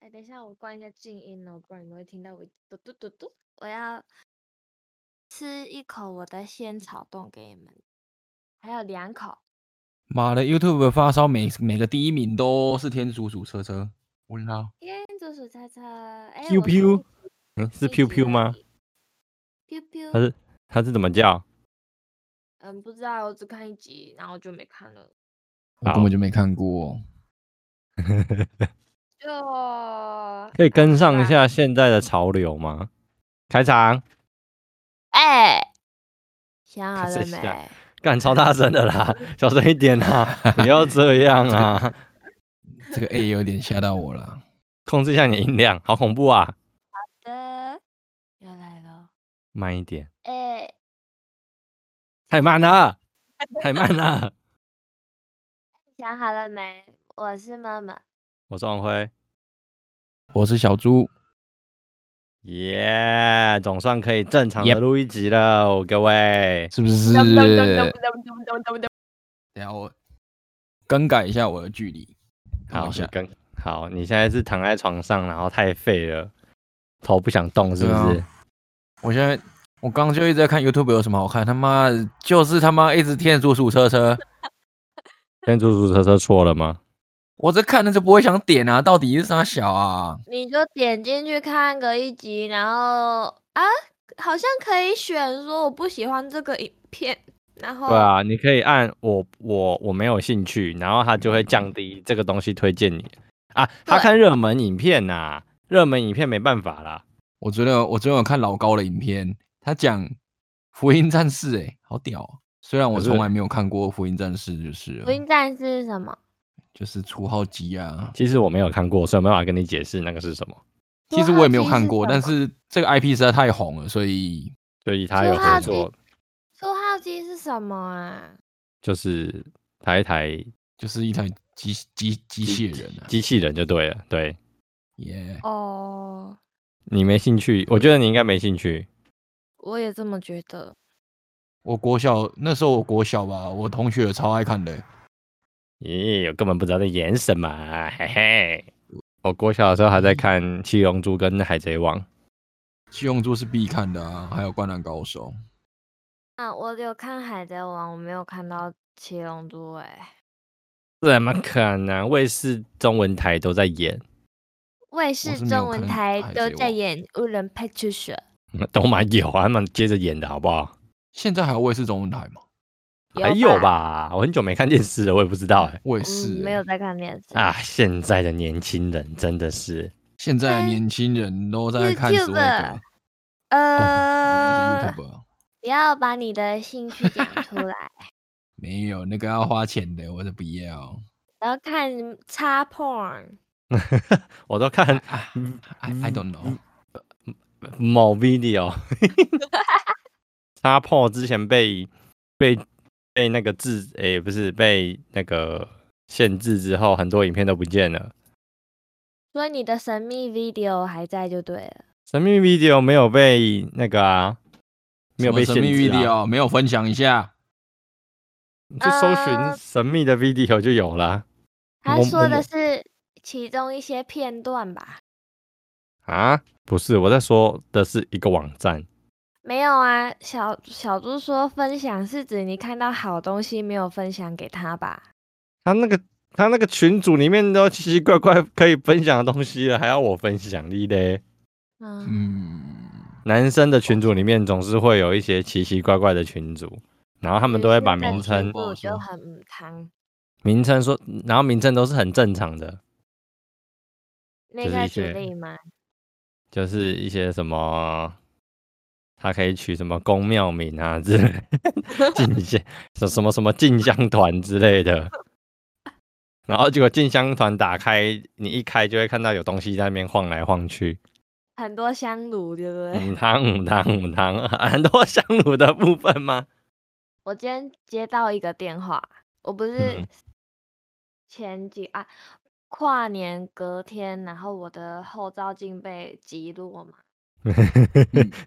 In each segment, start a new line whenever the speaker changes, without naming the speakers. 哎，等一下，我关一下静音哦，不然你们会听到我嘟嘟嘟嘟。我要吃一口我的仙草冻给你们，还有两口。
妈的，YouTube 发烧每每个第一名都是天竺鼠车车，问他
天竺鼠车车，哎、
Pew
我是
pew
嗯，
第
是
几
Q Q
而
吗？
已？Pew
它
Pew，
是它是怎么叫？
嗯，不知道，我只看一集，然后就没看了。
我根
好
本就没看过。
就
可以跟上一
吧
下现在的潮流吗？开场，
哎、想好
看
了
谁想
没？
干超大声的啦，小声一点啦，不要这样啊，
这个 A 有点吓到我了。
控制一下你的音量，好恐怖啊！
的，又来了。
慢一点，
哎、
太慢了，太慢了。
想好了没？我是妈妈。
我是王辉，
我是小猪，
耶、总算可以正常的录一集了哦各位。
是不是？等下我更改一下我的距离。等我一
好，你
下，
跟好，你现在是躺在床上，然后太废了，头不想动，是不
对
是？
啊我现在我刚刚就一直在看 YouTube 有什么好看，他妈的就是他妈一直天竺鼠车车，
天竺鼠车车错了吗？
我这看了就不会想点啊，到底是啥小啊？
你就点进去看个一集，然后啊，好像可以选说我不喜欢这个影片，然后
对啊，你可以按我我我没有兴趣，然后它就会降低这个东西推荐你啊。他
嗯对
看热门影片呐、热门影片没办法啦。
我昨天有我昨天有看老高的影片，他讲福音战士、欸，好屌、哦！虽然我
可是
从来没有看过福音战士，就是了
福音战士是什么？
就是初号机啊。
其实我没有看过，所以没办法跟你解释那个是什么。
其实我也没有看过，
初号
但
机什么
是这个 IP 实在太红了，所以
所以他
所以
有
它
合作，
初号机是什么啊？
就是台台
就是一台机机机械人啊，
机器人就对了。对
耶、
哦，
你没兴趣，我觉得你应该没兴趣。
我也这么觉得。
我国小那时候我国小吧，我同学超爱看的、
咦，我根本不知道在演什么啊，嘿嘿。我国小的时候还在看《七龙珠》跟《海贼王》，
七龙珠》是必看的啊，还有《灌篮高手》。
啊，我有看《海贼王》，我没有看到《七龙珠》哎，
怎么可能？卫视中文台都在演，
卫
我
视
是没有
中文
看
台
海
都
贼
在
王
演《无人派出所
都蛮有啊，他们接着演的好不好？
现在还有卫视中文台吗？》，
还有？吧，我很久没看电视了，我也不知道哎、
卫视、
嗯，没有。在看电视
啊，现在的年轻人真的是，
现在
哎
的年轻人都在看
YouTube
所谓的
呃，
YouTube 啊
不要把你的兴趣讲出来，
没有那个要花钱的，我才不要。
然后看插 porn。
我都看
啊
嗯
I I don't know，
某 video，插破之前被被被那个制，诶、不是被那个限制之后，很多影片都不见了。
所以你的神秘 video 还在就对了。
神秘 video 没有被那个啊，没有被限
什么神秘
制啊，
video 没有分享一下，
你就搜寻
呃
神秘的 video 就有啦。
他
我
说
我
的是其中一些片段吧？
啊，不是，我在说的是一个网站。
没有啊，小小猪说分享是指你看到好东西没有分享给他吧？
他那个他那个群组里面都奇奇怪怪可以分享的东西了，还要我分享力嘞？
嗯，
嗯，
男生的群组里面总是会有一些奇奇怪怪的群组，然后他
他
们都会把
是
名
在群
称哦
组不好
就
说
很母汤。
名称说，然后名称都是很正常的，
那
就是
个
一
举
些
例吗？
就是一些什么，他可以取什么宫庙名啊之类， 进香什什么什么进香团之类的。然后结果进香团打开，你一开就会看到有东西在那边晃来晃去，
很多香炉，对不对？
母汤母汤母汤， 很多香炉的部分吗？
我今天接到一个电话，我不是
嗯
前几啊跨年隔天，然后我的后照镜被击落嘛，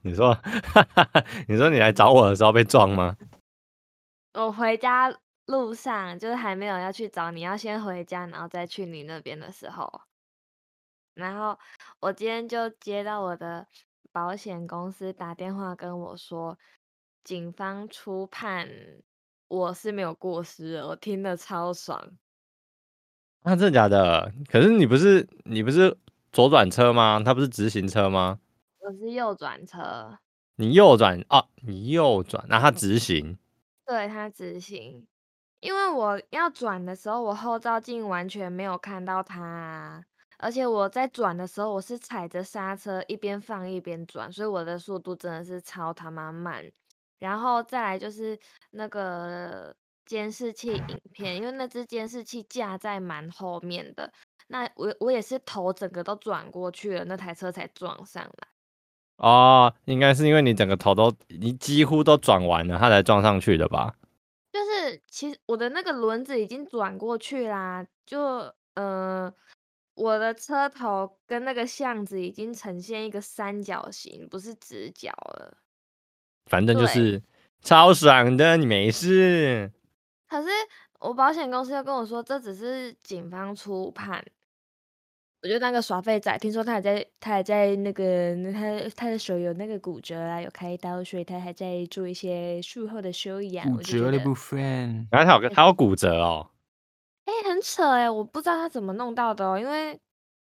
你说， 你说你来找我的时候被撞吗？
我回家路上就是还没有要去找你，要先回家，然后再去你那边的时候，然后我今天就接到我的保险公司打电话跟我说，警方初判我是没有过失的，我听得超爽。
啊，真的假的？可是你不是你不是左转车吗？它不是直行车吗？
我是右转车，
你右转啊，你右转，那、它直行
对他执行，因为我要转的时候，我后照镜完全没有看到他啊、而且我在转的时候，我是踩着刹车一边放一边转，所以我的速度真的是超他妈慢。然后再来就是那个监视器影片，因为那只监视器架在蛮后面的，那我我也是头整个都转过去了，那台车才撞上来。
哦，应该是因为你整个头都你几乎都转完了，它才撞上去的吧？
就是其实我的那个轮子已经转过去啦，就呃，我的车头跟那个巷子已经呈现一个三角形，不是直角了。
反正就
对
是超爽的，你没事。
可是我保险公司又跟我说，这只是警方初判。我觉得那个耍废仔，听说他还在，他还在那个他他的手有那个骨折啊，有开刀，所以他还在做一些术后的修养。我
骨
就觉
折的
得
部分，
然后它有个它有骨折哦，
哎、很扯哎、我不知道他怎么弄到的哦，因为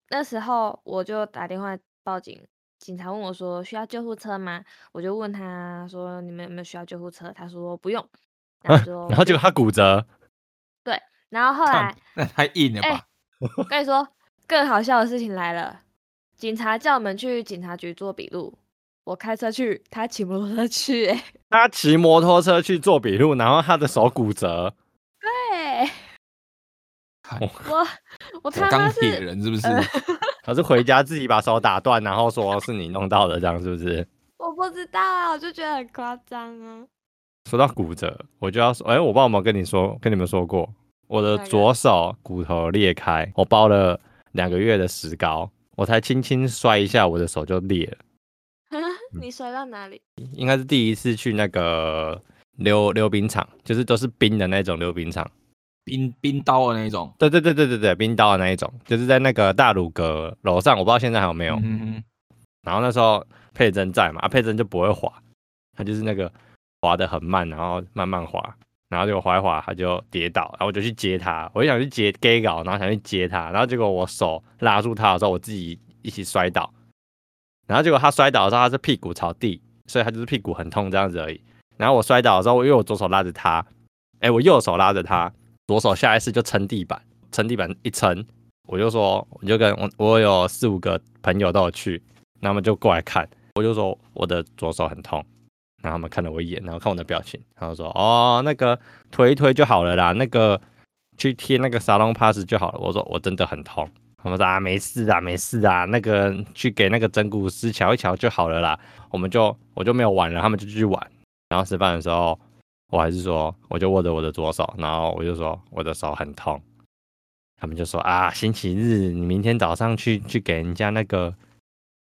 那时候我就打电话报警，警察问我说需要救护车吗？我就问他说你们有没有需要救护车？他说不用，然 后就
然后结果它骨折，
然后后来
看那太硬了吧？
哎我跟你说更好笑的事情来了，警察叫我们去警察局做笔录，我开车去，他骑摩托车去、 欸，
他骑摩托车去做笔录，然后他的手骨折，
哎，
看
我我他
我
妈
钢
是呃
铁人是不是？
可是回家自己把手打断，然后说是你弄到的，这样是不是？
我不知道啊，我就觉得很夸张啊。
说到骨折，我就要说，哎、我不知道有没有跟你说，跟你们说过，我的
哪个
左手骨头裂开，我包了两个月的石膏，我才轻轻摔一下，我的手就裂了。
嗯
你摔到哪里？
应该是第一次去那个溜溜冰场，就是都是冰的那种溜冰场。
冰冰刀的那种。
对对对对对对，冰刀的那一种，就是在那个大鲁阁楼上，我不知道现在还有没有。
嗯嗯
然后那时候佩珍在嘛，啊佩珍就不会滑，她就是那个滑的很慢，然后慢慢滑，然后结果滑一滑她就跌倒，然后我就去接她，我就想去接 gay 搞，然后想去接她，然后结果我手拉住她的时候，我自己一起摔倒，然后结果她摔倒的时候，她是屁股朝地，所以她就是屁股很痛这样子而已。然后我摔倒的时候，因为我左手拉着她，哎，我右手拉着她，左手下意识就撑地板，撑地板一撑。我就说，我就跟我我有四五个朋友都有去，然后他们就过来看，我就说我的左手很痛，然后他们看了我一眼，然后看我的表情，然后说哦，那个推一推就好了啦，那个去贴那个沙龙 pass 就好了。我说我真的很痛，他们说啊没事啊没事啊，那个去给那个整骨师瞧一瞧就好了啦。我们就我就没有玩了，他们就继续玩。然后吃饭的时候，我还是说我就握着我的左手，然后我就说我的手很痛。他们就说啊，星期日你明天早上去去给人家那个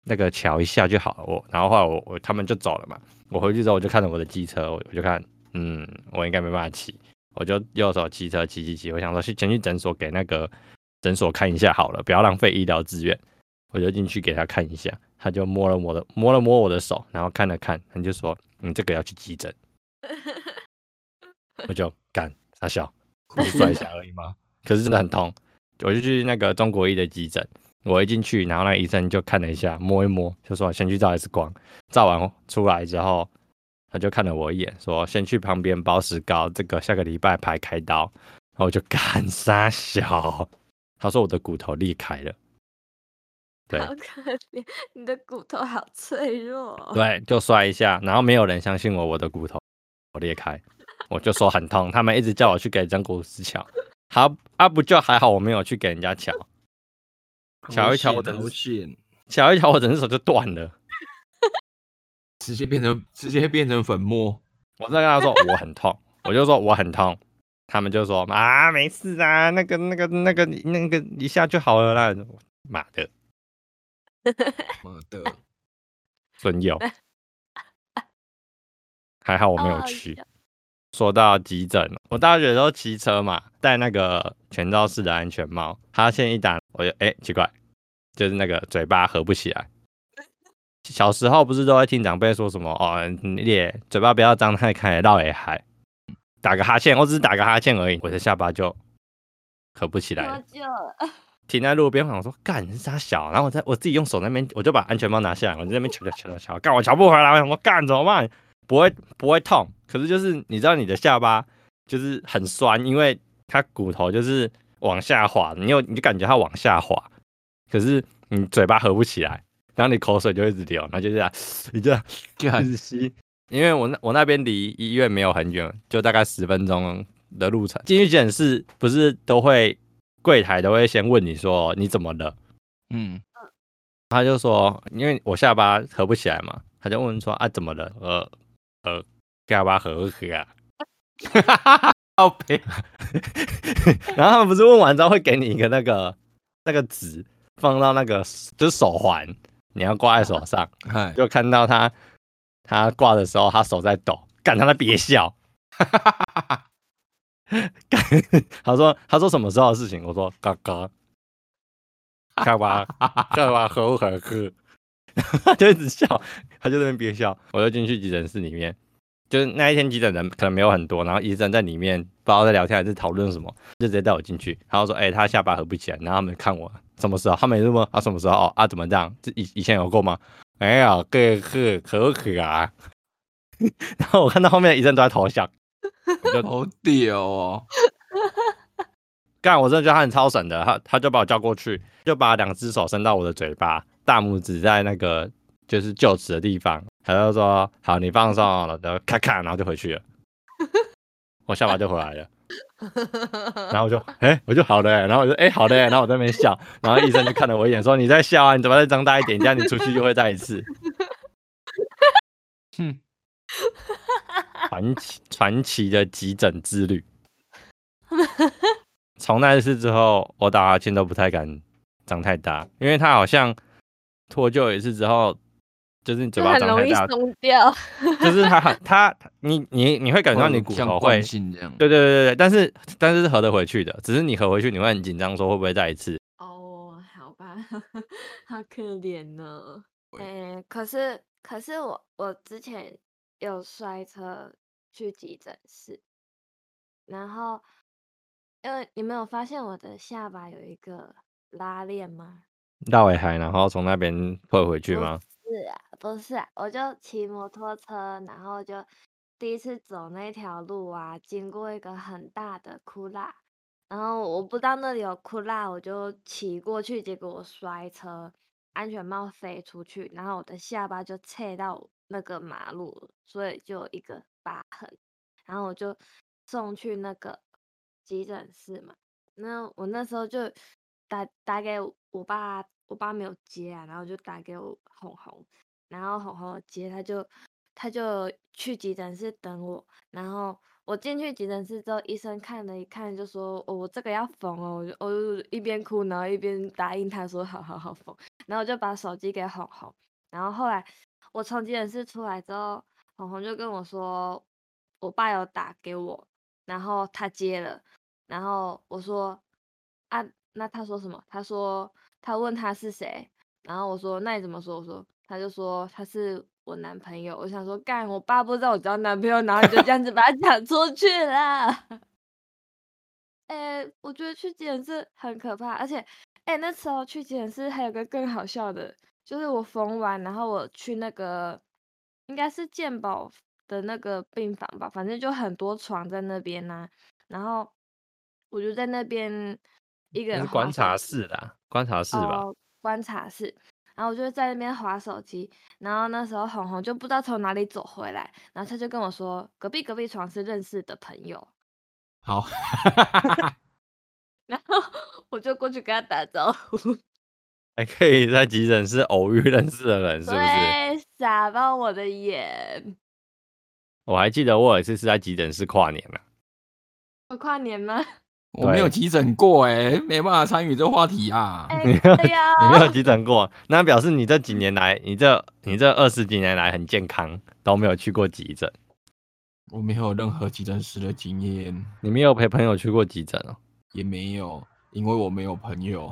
那个瞧一下就好了。我然后后来我我他们就走了嘛。我回去之后我就看着我的机车，我我就看，嗯，我应该没办法骑，我就右手骑车骑骑骑。我想说去先去诊所给那个诊所看一下好了，不要浪费医疗资源。我就进去给他看一下，他就摸了摸的摸了摸我的手，然后看了看，他就说你这个要去急诊。我就干傻笑，我就摔一下而 已嘛。可是真的很痛，我就去那个中国医的急诊，我一进去，然后那医生就看了一下，摸一摸，就说先去照 X 光，照完出来之后，他就看了我一眼，说先去旁边包石膏，这个下个礼拜排开刀。然后我就干傻笑，他说我的骨头裂开了，对
好可怜，你的骨头好脆弱哦。
对，就摔一下，然后没有人相信我，我的骨头我裂开，我就说很痛，他们一直叫我去给整骨师瞧，好啊不就还好，我没有去给人家瞧，瞧一瞧我的
头 线，
瞧一瞧我整只手就断了。
直接变成直接变成粉末。
我在跟他说我很痛，我就说我很痛，他们就说啊没事啊，那个那个那个那个一下就好了啦，妈的，
妈 的，
损友，还好我没有
好好
去
笑。
说到急诊，我大学的时候骑车嘛，戴那个全罩式的安全帽，他现在一打，我就哎、奇怪，就是那个嘴巴合不起来。小时候不是都会听长辈说什么哦，你脸嘴巴不要张太开，绕也还打个哈欠，我只是打个哈欠而已，我的下巴就合不起来了
多。久了？
停在路边，我想说干你是傻小，然后我在我自己用手那边，我就把安全帽拿下来，我在那边瞧瞧瞧瞧瞧，干我瞧不回来，我想说干怎么办？不会不会痛，可是就是你知道你的下巴就是很酸，因为它骨头就是往下滑，你有你就感觉它往下滑，可是你嘴巴合不起来，然后你口水就一直流，然后就这样，你就
干
一直吸。因为我那我那边离医院没有很远，就大概十分钟的路程。进去检视不是都会柜台都会先问你说你怎么了？
嗯，
他就说，因为我下巴合不起来嘛，他就问说啊怎么了？呃呃，下巴合不起来。
靠北，
然后他们不是问完之后会给你一个那个那个纸放到那个就是手环，你要挂在手上。
嗨，
就看到他他挂的时候，他手在抖，干他在憋笑， 干他说他说什么时候的事情？我说刚刚，干嘛干嘛呵呵呵， 他就一直笑，他就在那边憋笑，我就进去急诊室里面。就是那一天急诊人可能没有很多，然后医生在里面不知道在聊天还是讨论什么，就直接带我进去。然后说：“哎、他下巴合不起来。”然后他们看我什么时候，他们也是问啊什么时候哦啊怎么这样？这以以前有过吗？没有，可可可可啊！ 然后我看到后面的医生都在偷笑，我就
好屌哦！
干，我真的觉得他很超神的，他他就把我叫过去，就把两只手伸到我的嘴巴，大拇指在那个就是臼齿的地方，他就说：“好，你放松了。”然后咔咔，然后就回去了，我下巴就回来了。然后我就哎、我就好的、然后我就哎、好的、然后我在那边笑，然后医生就看了我一眼，说你在笑啊，你嘴巴再张大一点，这样你出去就会再一次。
哼，
传奇 传奇的急诊之旅。 从那一次之后，我打哈欠都不太敢张太大，因为他好像脱臼一次之后，就是你嘴
这
巴
很
张
容易
太大，
松掉。
就是他很他你你你会感觉到你骨
像
头会
惯性这样，
对对对对，但是但是是合得回去的，只是你合回去你会很紧张，说会不会再一次？
哦，好吧， 好可怜呢。
喂
嗯，可是可是我我之前有摔车去急诊室，然后因为你们有发现我的下巴有一个拉链吗？
大尾海，然后从那边退回去
不
吗？
是啊，不是啊，我就骑摩托车，然后就第一次走那条路啊，经过一个很大的窟窿，然后我不知道那里有窟窿，我就骑过去，结果我摔车，安全帽飞出去，然后我的下巴就切到那个马路了，所以就有一个疤痕，然后我就送去那个急诊室嘛。那我那时候就打打给我我爸，我爸没有接啊，然后就打给我红红，然后红红有接，他就他就去急诊室等我，然后我进去急诊室之后，医生看了一看，就说：“哦，我这个要缝哦。”我就我就一边哭，然后一边答应他说：“好好好缝。”然后我就把手机给红红，然后后来我从急诊室出来之后，红红就跟我说，我爸有打给我，然后他接了。然后我说啊，那他说什么？他说他问他是谁，然后我说那你怎么说？我说他就说他是我男朋友。我想说干，我爸不知道我交男朋友，然后你就这样子把他讲出去了。哎、我觉得去急诊室很可怕，而且哎、那时候去急诊室还有个更好笑的，就是我缝完，然后我去那个应该是健保的那个病房吧，反正就很多床在那边呐、然后我就在那边一个
那
人
是
划
观
手
察
机
室啦，观察室吧。
哦，观察室。然后我就在那边划手机，然后那时候红红就不知道从哪里走回来，然后他就跟我说，隔壁隔壁床是认识的朋友，
好，
然后 我就过去跟他打招呼，
还可以在急诊室偶遇认识的人，是不是？
对，傻爆我的眼。
我还记得我有一次是在急诊室跨年了，
我跨年 吗？
我没有急诊过哎，没办法参与这话题啊。
哎、
你
对呀、
你没有急诊过，那表示你这几年来，你这你这二十几年来很健康，都没有去过急诊，
我没有任何急诊室的经验，
你没有陪朋友去过急诊哦。
也没有，因为我没有朋友。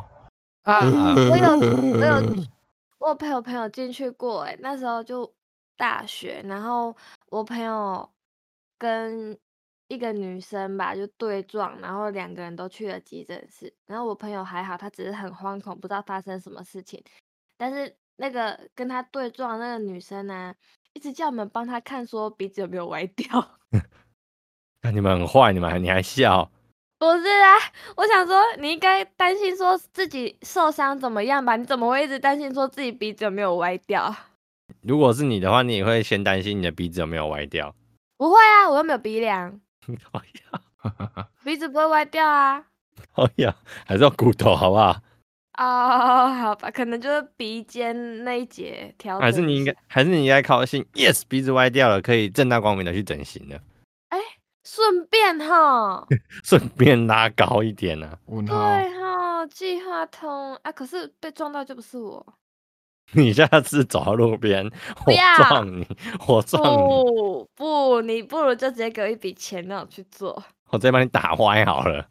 啊，
我有我有 我有陪我朋友进去过、欸，那时候就大学，然后我朋友跟一个女生吧就对撞，然后两个人都去了急诊室，然后我朋友还好，他只是很惶恐，不知道发生什么事情，但是那个跟他对撞的那个女生呢、一直叫我们帮她看说鼻子有没有歪掉。
看你们很坏，你们还你还笑，
不是啊，我想说你应该担心说自己受伤怎么样吧？你怎么会一直担心说自己鼻子有没有歪掉？
如果是你的话，你也会先担心你的鼻子有没有歪掉。
不会啊，我又没有鼻梁，
好呀，
鼻子不会歪掉啊。
好呀，哦还是要骨头好不好？
哦，好吧，可能就是鼻尖那一节调整一下。
还是你应该，还是你应该高兴，yes，鼻子歪掉了，可以正大光明的去整形了，
顺便 哈，
顺便拉高一点啊。
我靠，
对哈，计划通啊。可是被撞到就不是我，
你下次走到路边，我
要哦
撞你，我 撞你，
不不，你不如就直接给我一笔钱让我去做。
我直接把你打歪好了。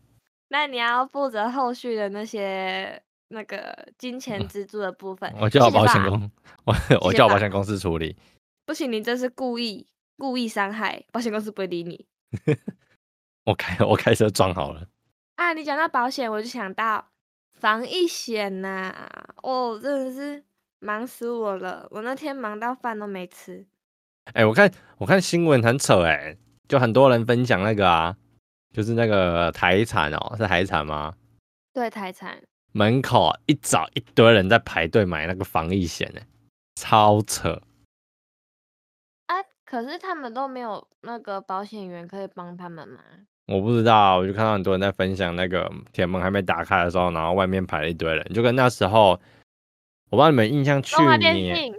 那你要负责后续的那些那个金 钱支柱的部分。
我叫
谢谢
保险
爸
公，我我
谢
叫
吧
保险公司处理。
不行，你这是故意故意伤害，保险公司不会理你
我开我开车撞好了，
啊！你讲到保险，我就想到防疫险呐、哦，真的是忙死我了，我那天忙到饭都没吃。
哎、我看我看新闻很扯哎、就很多人分享那个啊，就是那个台产哦，是台产吗？
对，台产
门口一早一堆人在排队买那个防疫险哎、超扯！
啊，可是他们都没有那个保险员可以帮他们吗？
我不知道，我就看到很多人在分享那个铁门还没打开的时候，然后外面排了一堆人，就跟那时候，我不知道你们印象，去
中华电
年
信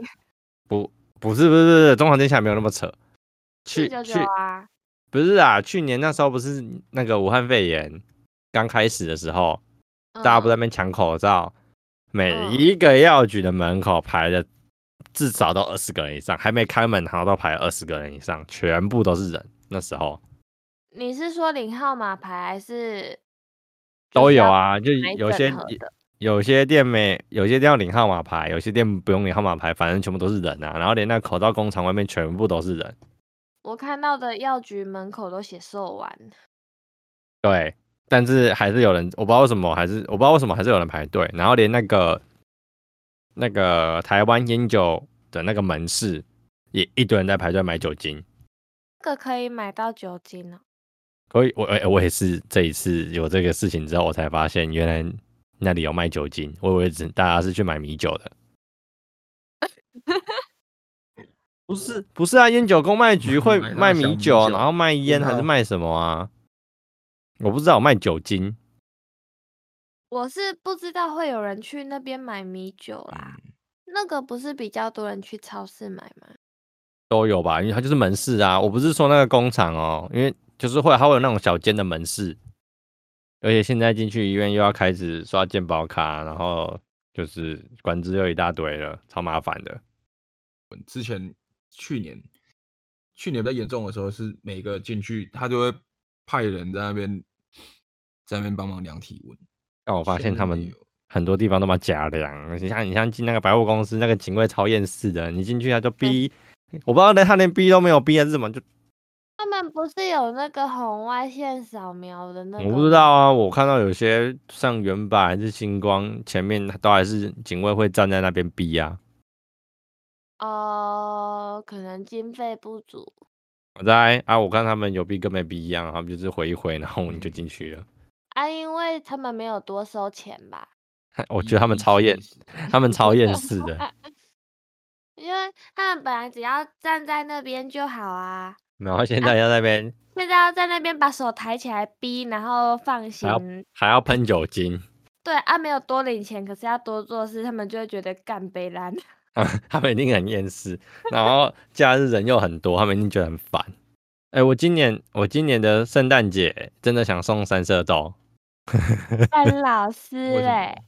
不不是不是不是中华电信还没有那么扯，去
四九九
去
啊，
不是啊，去年那时候不是那个武汉肺炎刚开始的时候，大家不
嗯
在那边抢口罩，每
嗯
一个药局的门口排的至少都二十个人以上，还没开门，然后都排二十个人以上，全部都是人。那时
啊
候
你是说领号码牌还是
都有？
就是
啊，就
买
有些
整盒的
有些店没，有些店要领号码牌，有些店不用领号码牌，反正全部都是人啊。然后连那口罩工厂外面全部都是人，
要我看到的药局门口都写售完，
对，但是还是有人，我不知道为什么，还是我不知道为什么还是有人排队，然后连那个那个台湾烟酒的那个门市也一堆人在排队买酒精，
这个可以买到酒精哦。
所以我哎我也是这一次有这个事情之后，我才发现原来那里有卖酒精，我以为只大家是去买米酒的，不是不是啊，烟酒公卖局会
买那
卖
小
米
米
酒，
酒
然后卖烟还是
道
卖什么啊？我不知道卖酒精，
我是不知道会有人去那边买米酒啦，
嗯
那个不是比较多人去超市买吗？
都有吧，因为它就是门市啊。我不是说那个工厂哦，因为就是会它会有那种小间的门市，而且现在进去医院又要开始刷健保卡，然后就是管制又一大堆了，超麻烦的。
之前去年去年比较严重的时候，是每个进去他就会派人在那边在那边帮忙量体温。
但我发现他
也
们
有
很多地方都把假粮，你像你像进那个百货公司，那个警卫超厌世的，你进去他就逼，我不知道他连逼都没有逼还是怎么，就
他们不是有那个红外线扫描的那个？
我不知道。啊。我看到有些像原版还是星光前面都还是警卫会站在那边逼啊。
哦，可能经费不足。
我在啊，我看他们有逼跟没逼一样，他们就是回一回，然后你就进去了。
啊，因为他们没有多收钱吧？
我
一
觉得他们
一
超
四
厌
一，四
他们超厌世的。
因为他们本来只要站在那边就好啊，
然后现在要那边
现在要在那边把手抬起来逼，然后放
还要
行。
还要喷酒精，
对啊，没有多领钱，可是要多做事，他们就会觉得干杯啦。
他们一定很厌世。然后假日人又很多，他们一定觉得很烦。哎、我今年我今年的圣诞节真的想送三色豆，
干老师
为什么
嘞，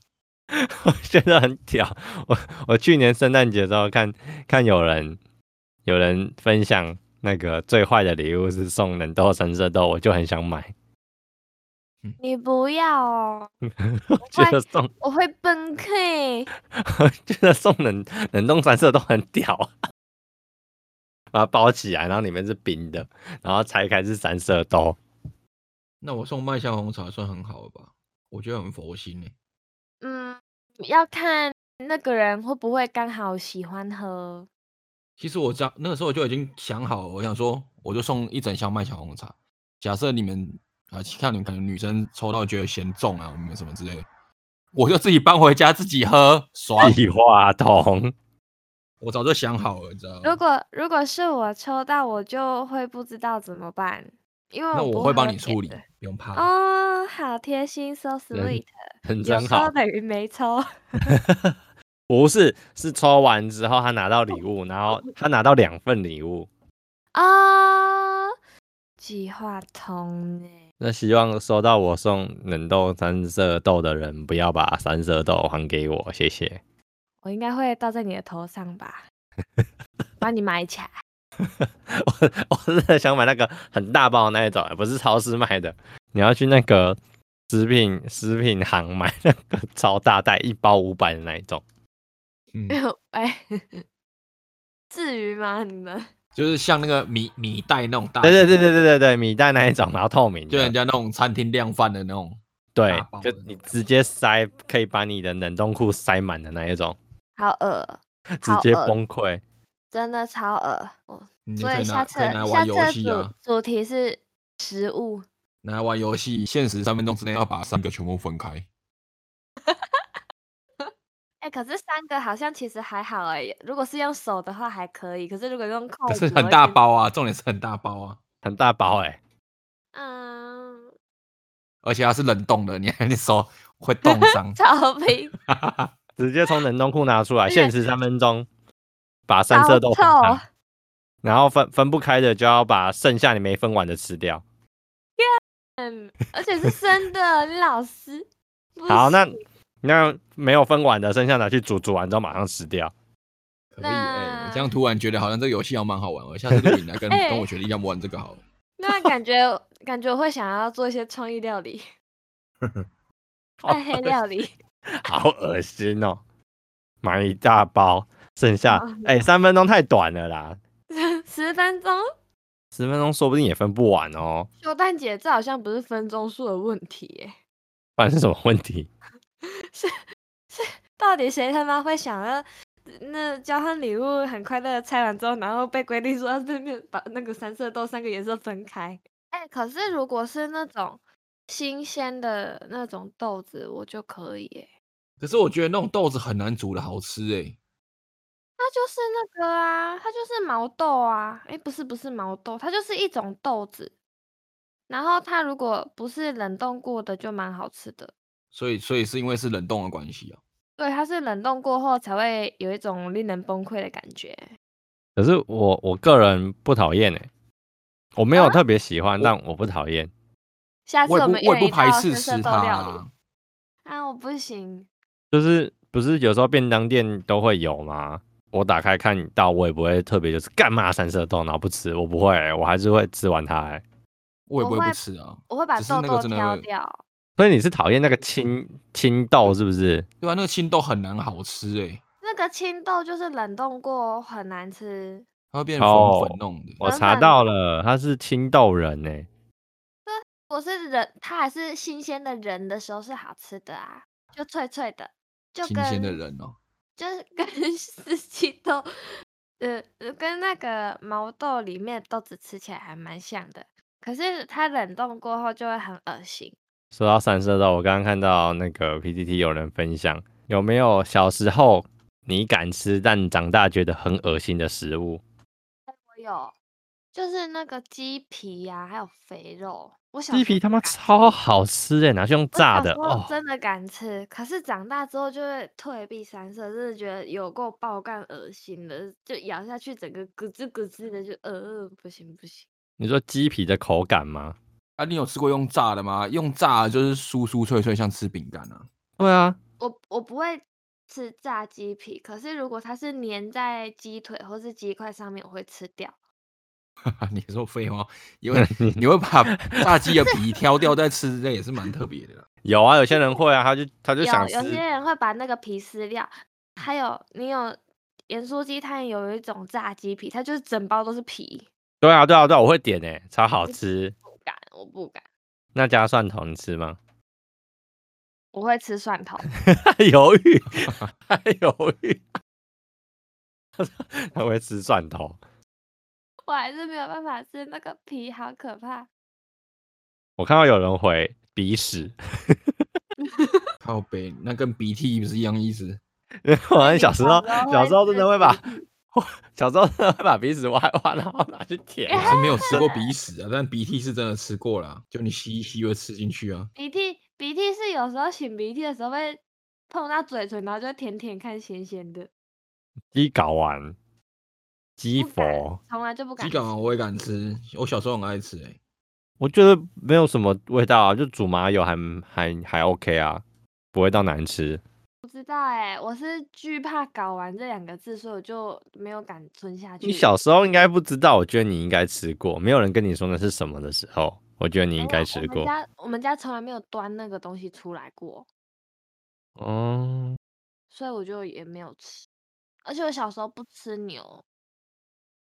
我觉得很屌。我我去年圣诞节的时候看看有人有人分享那个最坏的礼物是送冷豆三色豆，我就很想买。
你不要哦，
觉得送，
我会崩溃。
觉得送冷冷冻三色都很屌啊，把它包起来，然后里面是冰的，然后拆开是三色豆。
那我送麦香红茶算很好了吧？我觉得很佛心呢、欸
嗯，要看那个人会不会刚好喜欢喝。
其实我家那个时候就已经想好了，我想说我就送一整箱麦香红茶。假设你们啊，看你们可能女生抽到觉得嫌重啊，我们什么之类的，我就自己搬回家自己喝，爽！
计划筒，
我早就想好了，你知道
如
吗？
果如果是我抽到，我就会不知道怎么办，因为
那
我
我
不
会帮
喝
你
甜
处理
的。，
不用怕。
哦，好贴心，so
人
sweet。
很
有
真好
抽。等于没抽，
不是，是抽完之后他拿到礼物，然后他拿到两份礼物。
啊，计划通呢？
那希望收到我送冷冻三色豆的人，不要把三色豆还给我，谢谢。
我应该会倒在你的头上 吧，帮你埋起来。
我我真的想买那个很大包的那一种，不是超市卖的，你要去那个食品食品行买那个超大袋，一包五百的那一种。
嗯，
哎，至于吗？你 们
就是像那个米米袋那种大，
对对对对对对对，米袋那一种，然后透明
就人
的，
家那种餐厅量贩的那种。
对
大包，
就
的那
你
种
直接塞，可以把你的冷冻库塞满的那一种，
好恶，
直
好
接
恶
崩溃。
真的超恶。我
你就
所
可
以
以拿
下次
可以拿来
下
玩
次
游
的
戏啊
主，主题是食物，
拿来玩游戏，限时三分钟之内要把三个全部分开。
哦哎、可是三个好像其实还好哎、如果是用手的话还可以，可是如果用筷
可
子，
是很
我
大
觉得。
包啊，重点是很大包啊，
很大包哎、
嗯，。
而且它是冷冻的，你还你手会冻 伤
超 平，
直接从冷冻库拿出来，
对
限时三分钟，把三
超
色豆分
臭哦
开，然后分分不开的就要把剩下你没分完的吃掉。
嗯，而且是真的， 你老师。不
好，那
行
那没有分完的，剩下拿去煮，煮完之后马上吃掉。
可以哎、
那
这样突然觉得好像这个游戏要蛮好玩，我下次录影来 跟、
哎
跟我学弟要玩这个好了。
那感觉感觉我会想要做一些创意料 理，
好
暗黑料理。
好恶心哦！买一大包，剩下
好
哎、三分钟太短了啦，
十分钟，
十分钟说不定也分不完哦。
修蛋姐，这好像不是分钟数的问题耶，
不然是什么问题？
到底谁他妈会想要那交换礼物很快乐的拆完之后，然后被规定说要对面把那个三色豆三个颜色分开？哎、可是如果是那种新鲜的那种豆子，我就可以耶。
可是我觉得那种豆子很难煮的好吃哎、
它就是那个啊，它就是毛豆啊，诶，不是不是毛豆，它就是一种豆子。然后它如果不是冷冻过的，就蛮好吃的。
所以所以是因为是冷冻的关系啊。
对，它是冷冻过后才会有一种令人崩溃的感觉。
可是我我个人不讨厌哎，我没有
啊
特别喜欢，
我
但我不讨厌。
下次
我也
我
不
们一
我也
人一
不排
道
斥
深色
吃它、
豆料理
啊，
啊，我不行。
就是不是有时候便当店都会有吗？我打开看到，我也不会特别就是干嘛三色豆，然后不吃，我不会、我还是会吃完它、欸。
我也不
我
会
会
不吃啊。
我会把
只是那
痘
个
痘
真的
挑
会
掉。
所以你是讨厌那个青青豆是不是？
对啊，那个青豆很难好吃哎、
那个青豆就是冷冻过很难吃，
它会变成粉
哦
粉弄的。
我
满
查
满
到了，他是青豆人欸呢、
如果是人，它还是新鲜的人的时候是好吃的啊，就脆脆的，就
新
跟
鲜的人哦、
就是跟 四季豆，呃，呃跟那个毛豆里面的豆子吃起来还蛮像的，可是它冷冻过后就会很恶心。
说到三色豆，我刚刚看到那个 PPT 有人分享，有没有小时候你敢吃但长大觉得很恶心的食物？
我有，就是那个鸡皮呀、还有肥肉，我小
鸡
时候
皮他
不
妈
敢
超
吃，
好吃哎、拿去用
我
炸
小
的
时候
哦，
真的敢吃，可是长大之后就会退避三舍，真的觉得有够爆干恶心的，就咬下去整个咯吱咯吱的就，呃，不行不行。
你说鸡皮的口感吗？
啊，你有吃过用炸的吗？用炸的就是酥酥脆脆，像吃饼干啊。
对啊，
我我不会吃炸鸡皮，可是如果它是粘在鸡腿或是鸡块上面，我会吃掉。
啊你说废话，因
嗯
为你会把炸鸡的皮挑掉再吃，这也是蛮特别的啦。
有啊，有些人会啊，他就他就
有
想吃
有些人会把那个皮撕掉，还有你有盐酥鸡摊有一种炸鸡皮，它就是整包都是皮，
对啊，对啊，对啊，我会点诶、超好吃。
不敢，我不敢，
那加蒜头你吃吗？
我会吃蒜头，
犹豫， 还犹豫。 他会吃蒜头，
我还是没有办法吃那个皮，好可 怕。
我看到有人回鼻屎，
靠北，那跟鼻涕不是一样意思？
我很小时候，哎小时候真的会把
把，
小时候真的会把鼻屎挖一挖，然后拿去舔
我。是没有吃过鼻屎啊，但鼻涕是真的吃过啦，就你吸一吸会吃进去啊。
鼻涕，鼻涕是有时候擤鼻涕的时候会碰到嘴唇，然后就舔舔看咸咸的。
鸡睾丸，鸡
不敢
佛，
从来就不敢
鸡
吃。
睾丸我也敢吃，我小时候很爱吃诶、欸
我觉得没有什么味道啊，就煮麻油还还还 OK 啊，不会到难吃。
不知道哎、我是惧怕“睾丸”这两个字，所以我就没有敢吞下去。
你小时候应该不知道，我觉得你应该吃过，没有人跟你说那是什么的时候，我觉得
没
你应
有
该吃
我们
过。
家我们家从来没有端那个东西出来过，
哦，
所以我就也没有吃。而且我小时候不吃牛，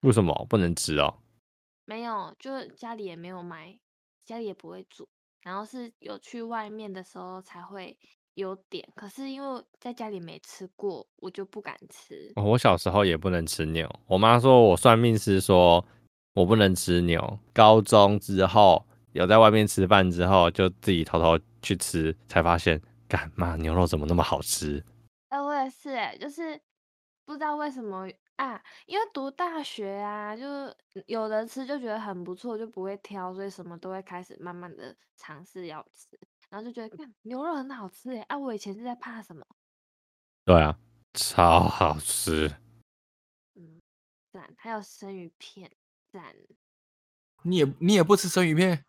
为什么不能吃哦？
没有，就家里也没有买，家里也不会煮。然后是有去外面的时候才会有点，可是因为在家里没吃过，我就不敢吃。
哦我小时候也不能吃牛，我妈说我算命师说我不能吃牛。高中之后有在外面吃饭之后，就自己偷偷去吃，才发现，干妈牛肉怎么那么好吃？
哎、我也是哎、就是不知道为什么啊，因为读大学啊，就是有的吃就觉得很不错，就不会挑，所以什么都会开始慢慢的尝试要吃，然后就觉得看牛肉很好吃哎、啊，我以前是在怕什么？
对啊，超好吃。
嗯，赞，还有生鱼片，赞，
你也你也不吃生鱼片？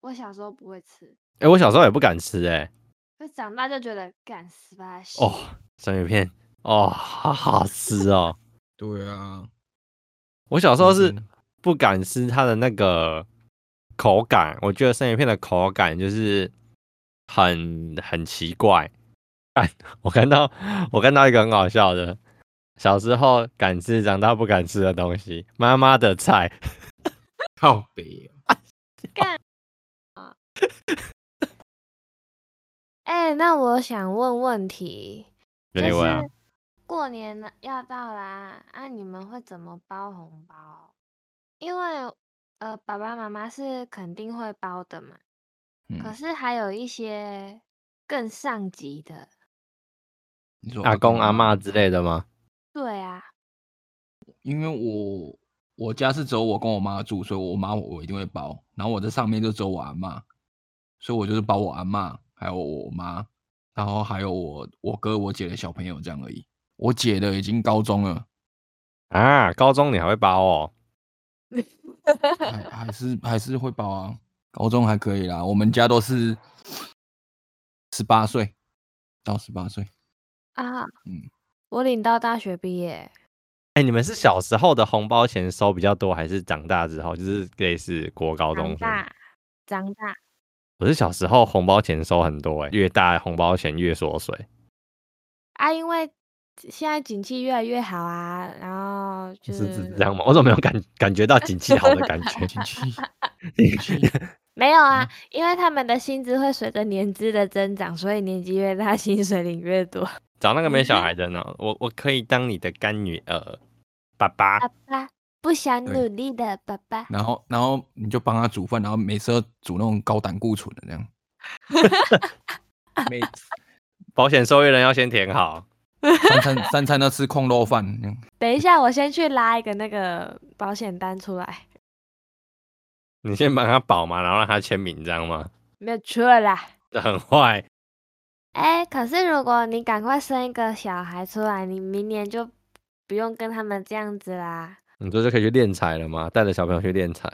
我小时候不会吃，
哎、我小时候也不敢吃哎、
可长大就觉得干死吧
哦，生鱼片哦，好好吃哦。
对啊，
我小时候是
嗯
不敢吃它的那个口感，我觉得生鱼片的口感就是很很奇怪。 哎，我看到我看到一个很好笑的，小时候敢吃，长大不敢吃的东西，妈妈的菜。
靠北、啊，
哎、那我想问问题，就
你问啊
是过年了要到啦，啊，你们会怎么包红包？因为呃，爸爸妈妈是肯定会包的嘛，可
嗯，
是还有一些更上级的，
你说
阿公阿
妈
嬷之类的吗？
对啊，
因为我我家是只有我跟我妈住，所以我妈我一定会包，然后我这上面就只有我阿妈，所以我就是包我阿妈，还有我妈，然后还有我我哥我姐的小朋友这样而已。我姐的已经高中了，
啊，高中你还会包哦？
还还是还是会包啊，高中还可以啦。我们家都是十八岁到十八岁，
啊，
嗯，
我领到大学毕业，
哎、你们是小时候的红包钱收比较多，还是长大之后就是类似国高中
长
生？
大，长大，
我是小时候红包钱收很多、欸，越大红包钱越缩水。
啊，因为现在景气越来越好啊，然后就是
是这样吗？我怎么没有感感觉到景气好的 感觉？
亲戚亲戚
没有啊
啊，
因为他们的薪资会随着年资的增长，所以年纪越大， 薪水领越多。
找那个没小孩的呢？我我可以当你的干女儿，爸爸
爸爸不想
对
努力的爸爸，
然后然后你就帮他煮饭，然后每次都煮那种高胆固醇的这样。每
保险受益人要先填好。
三餐 三餐都吃空肉饭，嗯
等一下，我先去拉一个那个保险单出来，
你先帮他保嘛，然后让他签名，这样吗？
没有错啦。
这很坏，
哎，可是如果你赶快生一个小孩出来，你明年就不用跟他们这样子啦
你这就可以去练财了吗？带着小朋友去练财，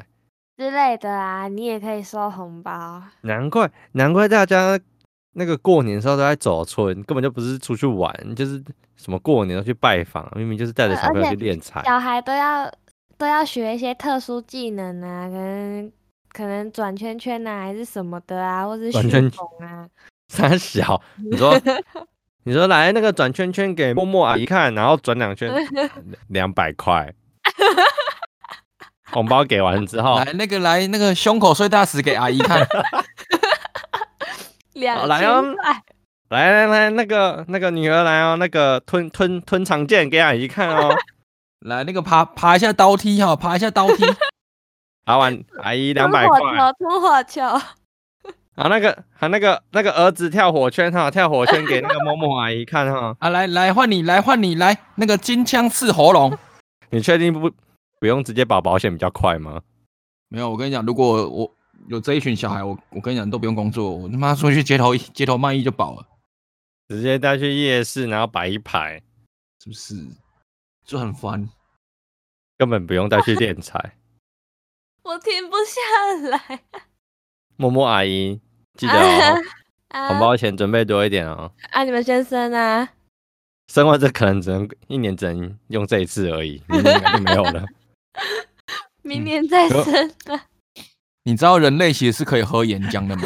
之类的啊，你也可以收红包。啊
难怪难怪大家那个过年的时候都在走村，根本就不是出去玩，就是什么过年都去拜访，明明就是带着
呃
小朋友
而
去
且
练财。
小孩都要都要学一些特殊技能啊，可能可能转圈圈啊，还是什么的啊，或是
转
旋
圈
拱 啊，
三小，你说你说来那个转圈圈给默默阿姨看，然后转两圈，两百块，红包给完之后，
来那个来那个胸口碎大石给阿姨 看，
两
好来哦
千块，
来来来，那个那个女儿来哦，那个吞吞吞长剑给阿姨看哦，
来那个爬爬一下刀梯哈，爬一下刀梯，
阿完阿姨两
吞
百
火
块，
球，吞火球，
啊那个啊那个那个儿子跳火圈哈，跳火圈给那个默默阿姨看哈，
啊来来换你来换你来那个金枪刺喉咙。
你确定不不用直接保保险比较快吗？
没有，我跟你讲，如果我有这一群小孩，我我跟你讲都不用工作，我他妈出去街头街头卖艺就饱了，
直接带去夜市，然后摆一排，
是不是？就很烦。
根本不用带去练财。
我停不下来。
默默阿姨，记得哦，
啊
红包钱准备多一点哦。
啊，你们先生啊，
生活这可能只能一年只能用这一次而已，明年应该就没有了。嗯
明年再
有
生啊，
你知道人类其实是可以喝岩浆的吗？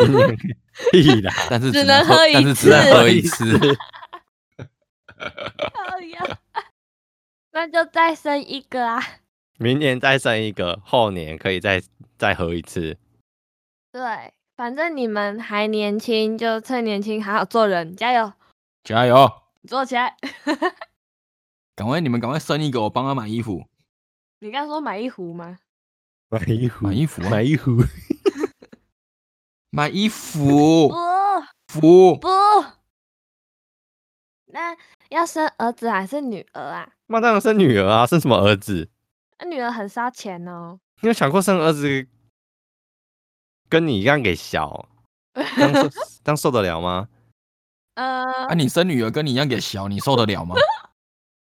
屁啦，
但是
只
能
能喝一
但是只能
次
喝一次。
靠呀 那就再生一个啊。
明年再生一个，后年可以再再合一次。
对，反正你们还年轻，就趁年轻好好做人，加油，
加油！
做起来。
赶快你们赶快生一个，我帮他买衣服，
你刚说买一壶吗？
买衣服
买衣服啊
买衣服，
买衣服
不
服
不，那要生儿子还是女儿啊？
妈当然生女儿啊，生什么儿子？
那女儿很烧钱哦。
你有想过生儿子跟你一样给小，当受当受得了吗？
呃
啊！，你生女儿跟你一样给小，你受得了吗？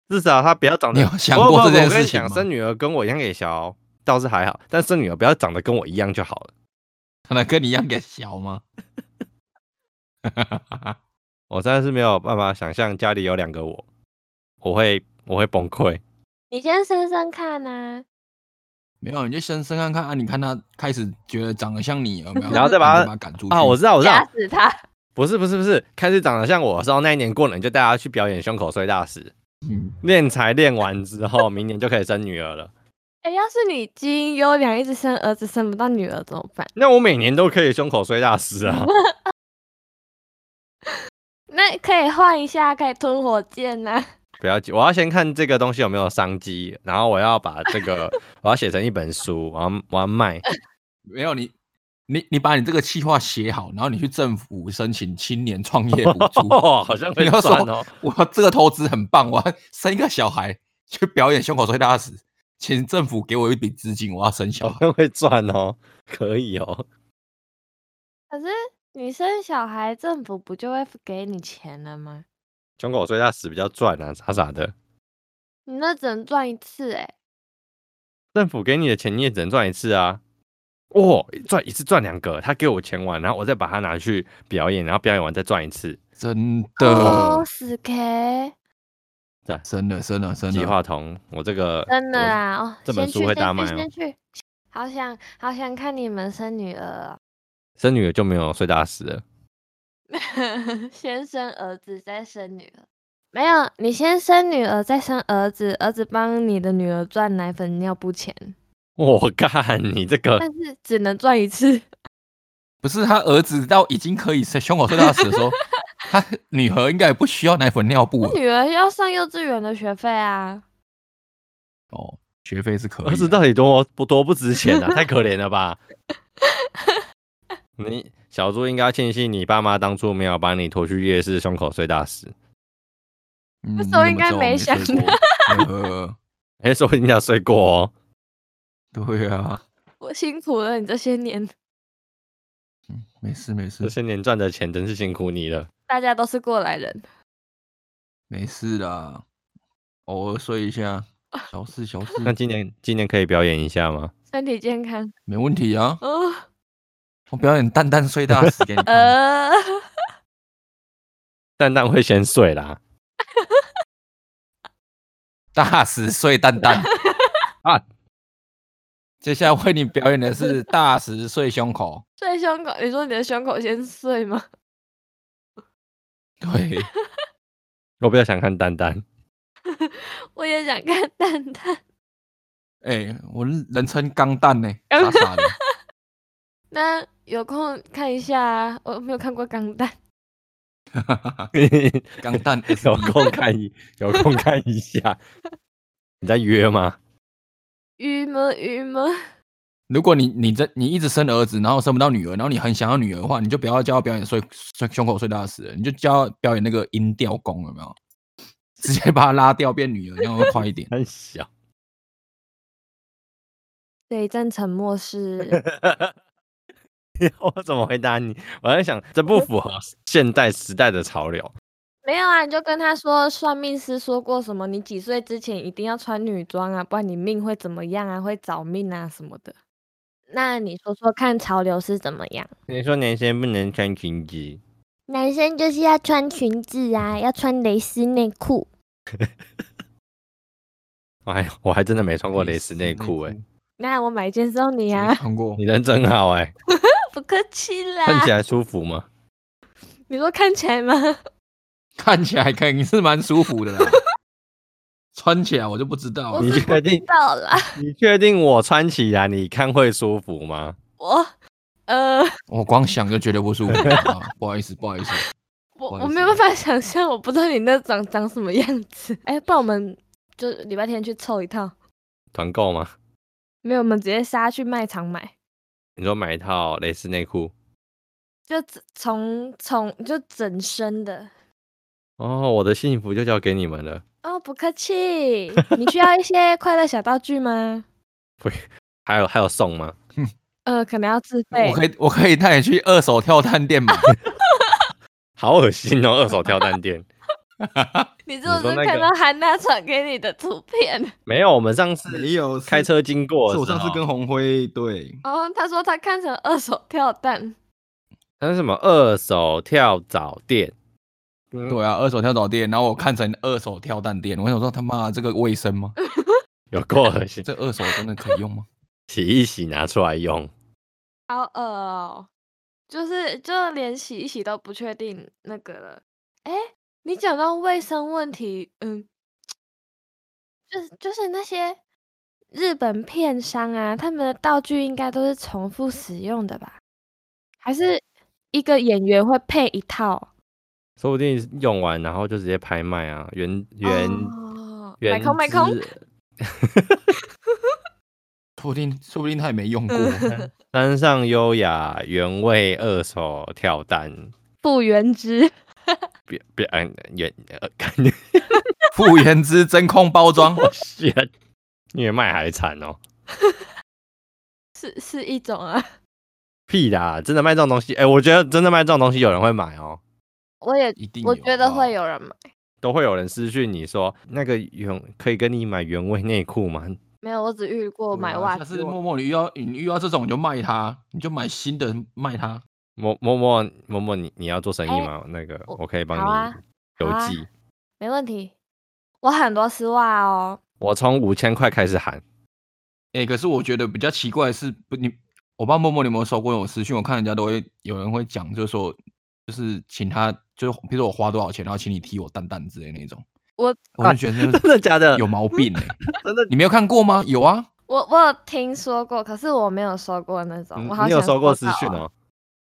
至少他不要长得。
你有想
不不
过
不
这件
我跟你
事情
讲
吗
生女儿跟我一样给小倒是还好，但生女儿不要长得跟我一样就好了。
他能跟你一样给小吗？
我真的是没有办法想象家里有两个我，我会我会崩溃。
你先生生看啊。
没有，你就先生看看啊！你看他开始觉得长得像你有没有？
然后再把
你
他
就把他赶出去
啊，我知道，我知
吓
道，
死他！
不是不是不是，开始长得像我的时候，那一年过年就带他去表演胸口碎大石，
嗯
练才练完之后，明年就可以生女儿了。
哎、要是你基因优良，一直生儿子生不到女儿怎么办？
那我每年都可以胸口碎大石啊，
那可以换一下，可以吞火箭呐、
不要急，我要先看这个东西有没有商机，然后我要把这个 我要写成一本书，我要我要 卖，
没有你，你你把你这个计划写好，然后你去政府申请青年创业补 助。
好像会
你要
赚
说
哦。
我这个投资很棒，我要生一个小孩去表演胸口碎大石，请政府给我一笔资金，我要生小
好
孩。
像会赚哦，可以哦。
可是你生小孩，政府不就会给你钱了吗？
胸口碎大石比较赚啊，傻傻的。
你那只能赚一次哎、
政府给你的钱你也只能赚一次啊。哦，赚一次赚两个，他给我钱完，然后我再把它拿去表演，然后表演完再赚一次。
真
哦，
啊
的，
死 K，
真的，真的，啊真
计
的。
划筒，我这个
真的
我
啊！哦，
这本
先
书
去
会
先
大
去
卖哦
先去，好想好想看你们生女儿、哦，
生女儿就没有睡大石了。
先生儿子再生女儿。没有，你先生女儿，再生儿子，儿子帮你的女儿赚奶粉、尿布钱，
我干，你这个
但是只能赚一次。
不是他儿子到已经可以生胸口碎大石的 时候，他女儿应该也不需要奶粉尿布了
女儿要上幼稚园的学费啊，
哦，学费是可以的。
儿子到底多不多不值钱啊？太可怜 了吧！你小猪应该庆幸你爸妈当初没有把你拖去夜市胸口碎大石。
嗯
那
你
时候
怎
应
么
该
知道我
没
没
想
睡过呃，
哎、说不定要睡过哦。
对啊，
我辛苦了你这些年，
嗯，没事没事
这些年赚的钱真是辛苦你
嗯
了。
大家都是过来人。
没事啦，偶尔睡一下，小事小事，
那今年今年可以表演一下吗？
身体健康
没问题啊。
哦，
我表演蛋蛋碎大 石给你看，
呃，
蛋蛋会先睡啦。 啊
大石碎蛋蛋。接下来为你表演的是大石碎胸口。
碎胸口，你说你的胸口先碎吗？
对，
我比较想看丹丹，
我也想看蛋蛋。
哎、我人人称钢蛋 呢、傻
钢
傻的。
那有空看一下啊，我没有看过钢蛋。 啊
钢蛋
有空看一有空看一下。你在约吗？。
郁闷郁闷，
如果你你这你一直生儿子，然后生不到女儿，然后你很想要女儿的话，你就不要教他表演碎碎胸口碎大石了，你就教他表演那个音调功，有没 有？直接把他拉掉变女儿，这样会快一点
很小，
这一阵沉默是
我怎么回答你？我在想，这不符合现代时代的潮流。
没有啊，你就跟他说，算命师说过什么，你几岁之前一定要穿女装啊，不然你命会怎么样啊，会早命啊什么的。那你说说看，潮流是怎么样？
你说男生不能穿裙子，
男生就是要穿裙子啊，要穿蕾丝内裤。
我还 哎我还真的没穿过蕾丝内裤哎，
那我买一件送你
没
啊，
看过
你人真好哎、
不客气
看起
啦。
来舒服吗？
你说看起来吗？
看起来肯定是蛮舒服的啦。穿起来我就不知道
我
了
你
是
确定？
到啦，
你确定我穿起来你看会舒服吗？
我呃，
我光想就觉得 不舒服啊！不好意思，不好意思，
我
不好
我
意
没有
思
办法想象，我不知道你那长长什么样子。哎、不然我们就礼拜天去凑一套，
团购吗？
没有，我们直接杀去卖场买。
你说买一套蕾丝内裤
就只从从就整身的
哦，我的幸福就交给你们了。
哦，不客 气。你需要一些快乐小道具吗？
还有还有送吗？
呃，可能要自费
我。可以，我可以带你去二手跳蛋店买。
好恶心哦，二手跳蛋店
你
你
这
说
是
那
看
个
到韩娜传给你的图片
没有。我们上 次
没有是
开车经过
是
的
我
时
上次
候，
跟红辉对，
哦？他说他看成二手跳蛋，
那是什么二手跳蚤店，嗯
对啊，二手跳蚤店，然后我看成二手跳蛋店，我想说他妈这个卫生吗？
有够恶心，
这二手真的可以用吗？
洗一洗拿出来用。
好恶哦！就是就连洗一洗都不确定那个了。哎，你讲到卫生问题，嗯，就是就是那些日本片商啊，他们的道具应该都是重复使用的吧？还是一个演员会配一套？
说不定用完然后就直接拍卖啊，原原、
哦买
原
空买空，
汁
说不定，说不定他也没用过。
嗯
山上优雅原味二手跳蛋，
复原汁，
别别嗯原呃， 感
复原之真空包装，
觉越卖还惨哦。
是是一种啊。
屁啦！真的卖这种东西，哎、我觉得真的卖这种东西有人会买哦，
我也
一定
我
有哦
觉得会
有。
有人买，
都会有人私讯你说那个原可以跟你买原味内裤吗？
没有，我只遇过
对
买
啊
袜
下
子
次
我。
默默你遇到你遇到这种你就卖它，你就买新的卖它。
默默默默默，你你要做生意
哎
吗？那个
我
我可以帮
好啊
你邮
好啊
寄，
没问题。我很多丝袜哦，
我从五千块开始喊，
哎、可是我觉得比较奇怪的是，不你我不知道默默你有没有收过我私讯，我看人家都会有人会讲，就是说就是请他，就是比如说我花多少钱，然后请你踢我蛋蛋之类那种。
我
我就觉得
真的假的？
有毛病哎、
真的？
你没有看过吗？有啊，
我我有听说过，可是我没有收过那种。我
嗯你
好
你有
想
收过
收
私
到
讯
哦
哦？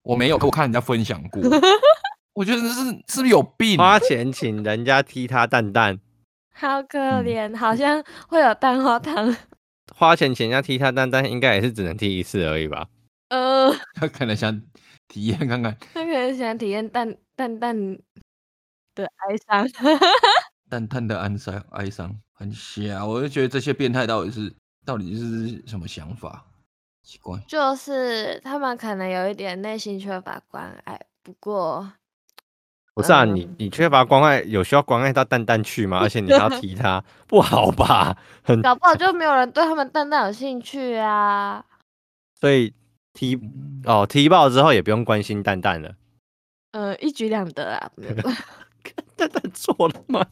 我没有，可我看人家分享过，我觉得这是是不是有
啊
病？啊
花钱请人家踢他蛋蛋，
好可
嗯
怜，好像会有蛋花汤。
花钱请人家踢他蛋蛋，应该也是只能踢一次而已吧？
呃，
他 可能想体验看看
他可能想体验蛋蛋蛋的哀伤。
淡淡的哀伤，哀伤很瞎。我就觉得这些变态到底是到底是什么想法？奇怪，
就是他们可能有一点内心缺乏关爱，不过
不是啊，你
嗯
你缺乏关爱，有需要关爱到蛋蛋去吗？而且你还要踢他，不好吧？很
搞不好就没有人对他们蛋蛋有兴趣啊。
所以踢哦踢爆之后也不用关心蛋蛋了。
呃，一举两得啊，没有
蛋蛋错了吗？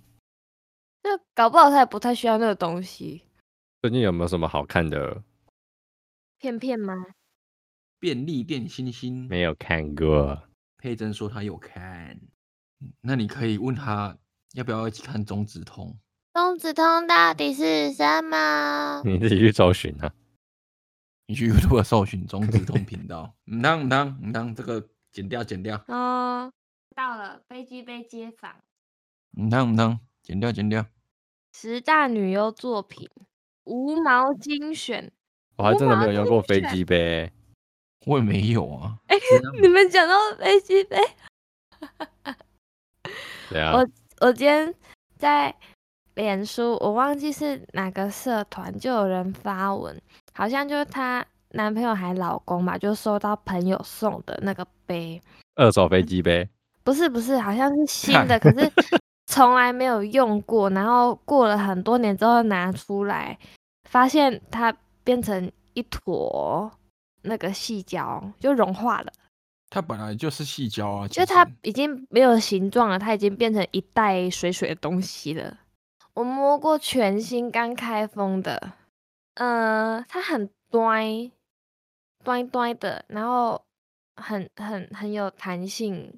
就搞不好他也不太需要那个东西。
最近有没有什么好看的
片片吗？
便利店星星
没有看过。
佩珍说她有看，嗯那你可以问她要不要一起看中指通。
中子通到底是什 么？
你自己去搜寻啊。
你去 YouTube 搜寻中指通频道，唔当唔当唔当，这个剪掉剪掉，
哦，到了，飞机被街访
唔当唔当，嗯剪掉剪掉。
十大女优作品无毛精选。
我还真的没有用过
无毛精
飞
选
机杯，
我也没有啊，
哎你们讲到飞机杯，
对啊，
我今天在脸书，我忘记是哪个社团，就有人发文，好像就是她男朋友还老公吧，就收到朋友送的那个杯，
二手飞机杯，
不是不是，好像是新的，可是从来没有用过。然后过了很多年之后拿出来，发现它变成一坨那个细胶，就融化了，
它本来就是细胶啊，
就
其
它
实
已经没有形状了，它已经变成一袋水水的东西了。我摸过全新刚开封的，呃，它很端端端的，然后很很很有弹性，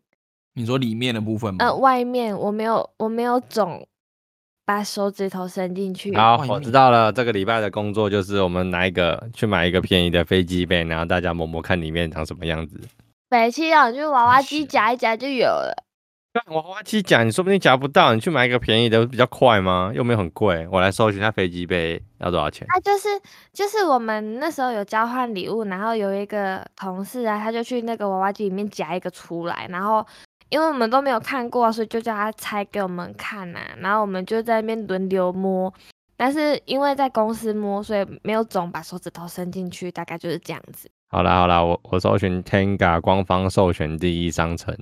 你说里面的部分吗？
呃，外面我没有，我没有肿，把手指头伸进去。
好，
外
嗯我
面
知道了。这个礼拜的工作就是我们拿一个去买一个便宜的飞机杯，然后大家摸摸看里面长什么样子。
北七啊，就娃娃机
是
夹一夹就有了。
干娃娃机夹，你说不定夹不到，你去买一个便宜的不比较快吗？又没有很贵。我来搜寻一下飞机杯要多少钱。
啊，就是就是我们那时候有交换礼物，然后有一个同事啊，他就去那个娃娃机里面夹一个出来，然后因为我们都没有看过啊，所以就叫他拆给我们看呐、然后我们就在那边轮流摸，但是因为在公司摸，所以没有肿，把手指头伸进去，大概就是这样子。
好啦好啦，我我搜寻 Tenga 官方授权第一商城，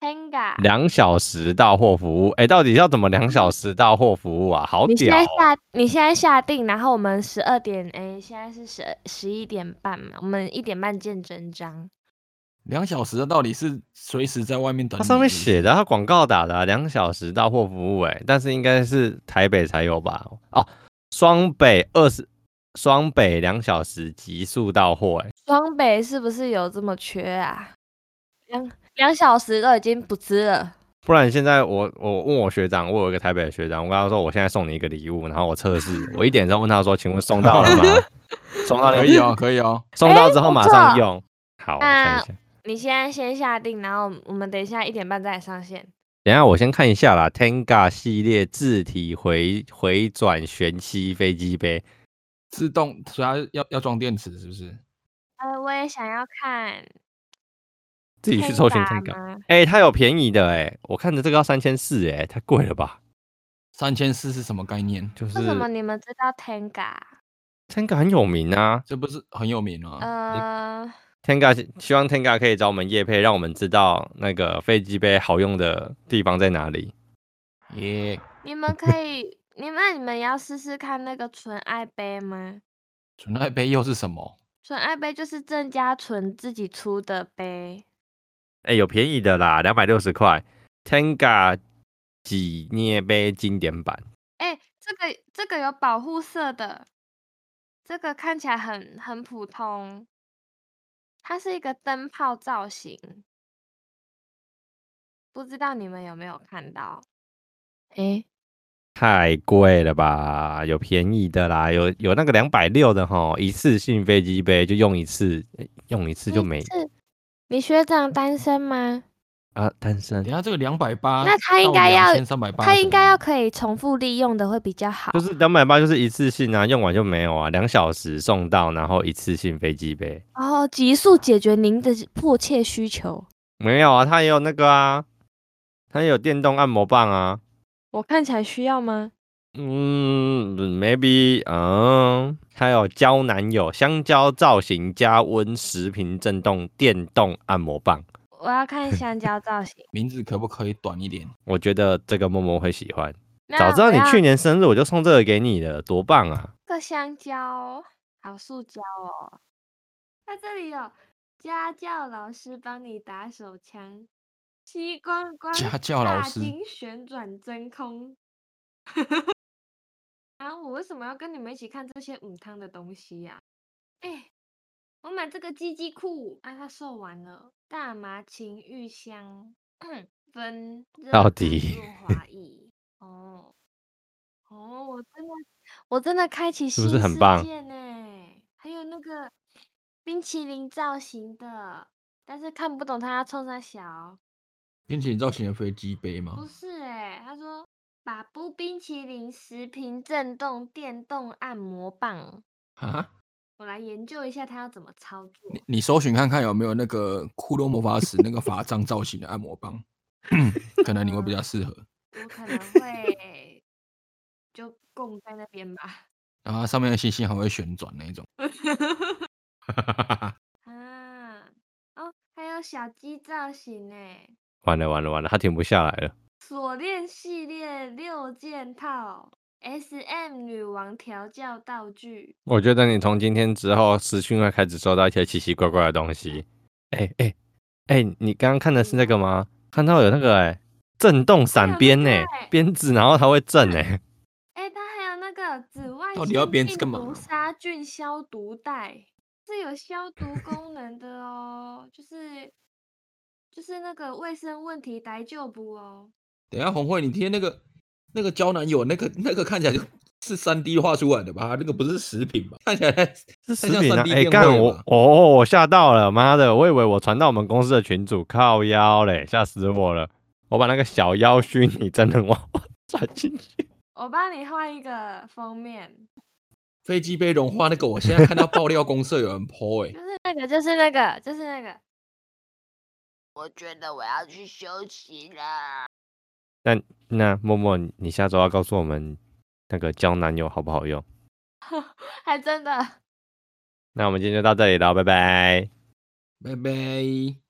Tenga，
两小时到货服务。哎、到底要怎么两小时到货服务啊？好
你现
屌、
在
哦！
下你现在下定，然后我们十二点，哎，现在是十十一点半嘛，我们一点半见真章。
两小时的到底是随时在外面等
它
你是不是。
上面写的，它广告打的啊两、小时到货服务、哎，但是应该是台北才有吧？哦，双北二十，双北两小时极速到货、哎，
双北是不是有这么缺啊？两两小时都已经不知了，
不然现在我我问我学长，我有一个台北的学长，我跟他说我现在送你一个礼物，然后我 测试，我一点钟问他说，请问送到了吗？送到了
可以哦，可以哦。
送到之后马
哎哎不
上
错
用。好，我看一
那
下，
你现在先下定，然后我们等一下一点半再来上线。
等一下我先看一下啦。Tenga 系列字体回回转旋吸飞机杯，
自动，所以它要要装电池是不是？
呃，我也想要看
自己去搜寻
Tenga
Tenga。
吗
哎、它有便宜的哎、我看着这个要三千四哎，太贵了吧？
三千四是什么概念？
就是
为什么你们知道 Tenga？
Tenga 很有名啊
这不是很有名吗？
哦
呃，
，Tenga 希希望 Tenga 可以找我们叶配，让我们知道那个飞机杯好用的地方在哪里。
耶、
你们可以，你们你们也要试试看那个纯爱杯吗？
纯爱杯又是什么？
纯爱杯就是郑家纯自己出的杯，
哎、有便宜的啦，两百六十块，Tenga 几捏杯经典版。
哎、这个这个有保护色的，这个看起来很很普通，它是一个灯泡造型，不知道你们有没有看到？哎、
太贵了吧？有便宜的啦，有有那个两百六的哈，一次性飞机杯就用一次，哎用一次就
你
没
是你学长单身吗？
啊。单身
等一下这个两百八，
那它应该要
三百八，
他应该要可以重复利用的会比较好。
就是两百八就是一次性啊，用完就没有啊，两小时送到，然后一次性飞机杯
哦，急速解决您的迫切需求。
没有啊，它也有那个啊，它也有电动按摩棒啊，
我看起来需要 吗？
嗯，maybe，嗯，还有胶男友香蕉造型加温十频震动电动按摩棒，
我要看香蕉造型。
名字可不可以短一点？
我觉得这个默默会喜欢。
那
早知道
我
你
要
去年生日我就送这个给你了，多棒啊！
个香蕉，好塑胶哦。它这里有家教老师帮你打手枪，吸光光
家教老
大
师
金旋转真空。 啊，我为什么要跟你们一起看这些母汤的东西呀、哎，我买这个鸡鸡裤啊，它售完了。大麻情欲香 分热
到
感
底
润 滑液哦哦，我真的我真的开启
是
新
不是很
世
棒
界呢？还有那个冰淇淋造型的，但是看不懂它要冲啥小。
冰淇淋造型的飞机杯
不
哦
吗？
是哎、他说把布冰淇淋食品震动电动按摩棒，
啊？
我来研究一下它要怎么操作。
你你搜寻看看有没有那个骷髅魔法使那个法杖造型的按摩棒，可能你会比较适合。
我可能 会就供在那边吧。
然后它上面的星星还会旋转那一种。
啊，哦，还有小鸡造型哎，
完了完了完了，他停不下来了。
锁链系列六件套，S.M 女王调教道具。
我觉得你从今天之后，私讯会开始收到一些奇奇怪怪的东西。哎哎哎，你刚刚看的是那个吗？看到有那个哎、震动伞鞭呢、
对对
鞭子，然后它会震哎、
哎、它还有那个紫外
到底要
线
编织
病
干嘛
毒
啊
杀菌消毒袋，是有消毒功能的哦，就是就是那个卫生问题来救补哦。
等一下红慧，你贴那个那个胶男友那个那个看起来就是三 D 画出来的吧？那个不是食品吧？看起来
是
太
食
像
品啊
三！D
哎、
电
干
绘
我
吧
哦，我吓到了，妈的，我以为我传到我们公司的群主，靠腰嘞，吓死我了！我把那个小妖虚拟真人 娃娃传进去，
我帮你画一个封面，
飞机杯融化那个，我现在看到爆料公社有人 po 哎、
就是那个，就是那个，就是那个。我觉得我要去休息了。
那默默，你下周要告诉我们那个交男友好不好用？
还真的。
那我们今天就到这里了，拜拜。
拜拜。